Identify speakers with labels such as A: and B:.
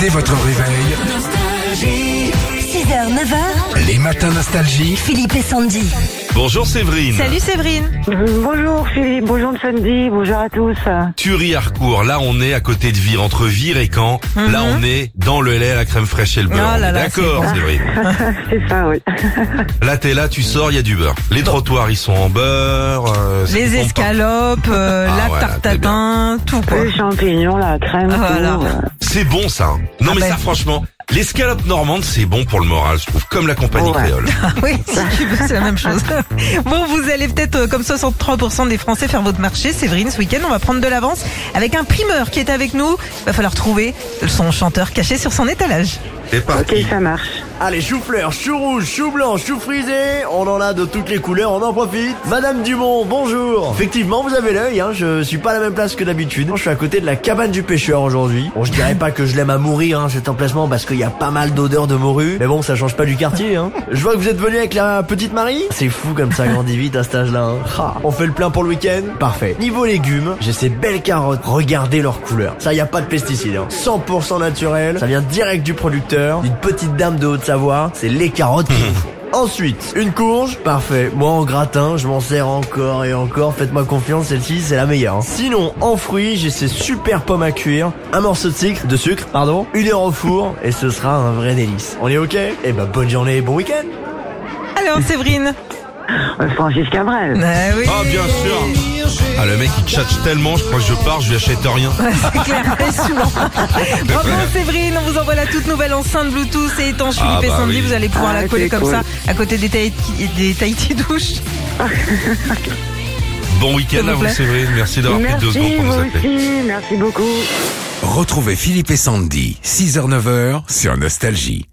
A: Dès votre réveil,
B: 6h, 9h,
A: les matins nostalgie.
B: Philippe et Sandy.
C: Bonjour Séverine.
D: Salut Séverine.
E: Bonjour Philippe, bonjour Sandy, bonjour à tous.
C: Thury Harcourt, là on est à côté de Vire, entre Vire et Caen. Là on est dans le lait, la crème fraîche et le beurre.
D: Mhm. Oh là
C: On est
D: là,
C: D'accord Séverine.
E: C'est ça, oui.
C: Oh. Là t'es là, tu sors, il y a du beurre. Les trottoirs ils sont en beurre. euh, c'est
D: Les
C: bon,
D: escalopes, euh,
C: Ah
D: la
C: ouais,
D: tarte
C: t'es
D: tatin, tout quoi.
E: Les champignons, la crème,
D: Ah, voilà.
E: tout. euh,
C: pas- C'est bon ça. hein. Non
D: Ah
C: mais
D: ben.
C: ça franchement, l'escalope normande c'est bon pour le moral, je trouve, comme la compagnie
E: Ouais.
C: créole.
D: Ah Oui, si tu veux, c'est la même chose. Bon, vous allez peut-être, euh, comme 63% des Français, faire votre marché. Séverine, ce week-end, on va prendre de l'avance avec un primeur qui est avec nous. Va falloir trouver son chanteur caché sur son étalage.
C: C'est
E: Ok,
C: parti.
E: ça marche.
F: Allez, chou fleur, chou rouge, chou blanc, chou frisé, on en a de toutes les couleurs, on en profite. Madame Dumont, bonjour. Effectivement, vous avez l'œil, hein, je suis pas à la même place que d'habitude. Je suis à côté de la cabane du pêcheur aujourd'hui. Bon, je dirais pas que je l'aime à mourir, hein, cet emplacement, parce qu'il y a pas mal d'odeurs de morue. Mais bon, ça change pas du quartier, hein. Je vois que vous êtes venu avec la petite Marie. C'est fou comme ça grandit vite à cet âge-là, hein. Ah, On fait le plein pour le week-end Parfait. Niveau légumes, j'ai ces belles carottes. Regardez leur couleur. Ça, y a pas de pesticides, hein. 100% naturel. Ça vient direct du producteur, d'une petite dame de Haute-Savoie. C'est les carottes qu'il nous faut. Ensuite, une courge, parfait. Moi en gratin, je m'en sers encore et encore. Faites-moi confiance, celle-ci c'est la meilleure. hein. Sinon, en fruits, j'ai ces super pommes à cuire, un morceau de sucre, de sucre, pardon, une heure au four et ce sera un vrai délice. On est ok Eh ben bonne journée, et bon week-end.
D: Alors, Séverine.
E: Euh, Francis Cabrel.
D: Ah oui.
C: Ah bien sûr. Ah le mec il tchatche tellement, je crois que je pars, je lui achète rien.
D: C'est clair, et souvent. Bravo Séverine, on vous envoie la toute nouvelle enceinte Bluetooth et étanche Philippe
C: Ah,
D: et
C: bah
D: Sandy,
C: oui.
D: vous allez pouvoir
E: Ah,
D: la coller
E: c'est
D: comme
E: cool.
D: ça à côté des Tahiti, des Tahiti douches.
C: Bon week-end
D: vous
C: à vous
D: plaît.
C: Séverine, merci d'avoir pris deux
E: Merci,
C: secondes pour nous
E: vous
C: appeler.
E: aussi, merci beaucoup.
A: Retrouvez Philippe et Sandy, 6h, 9h sur Nostalgie.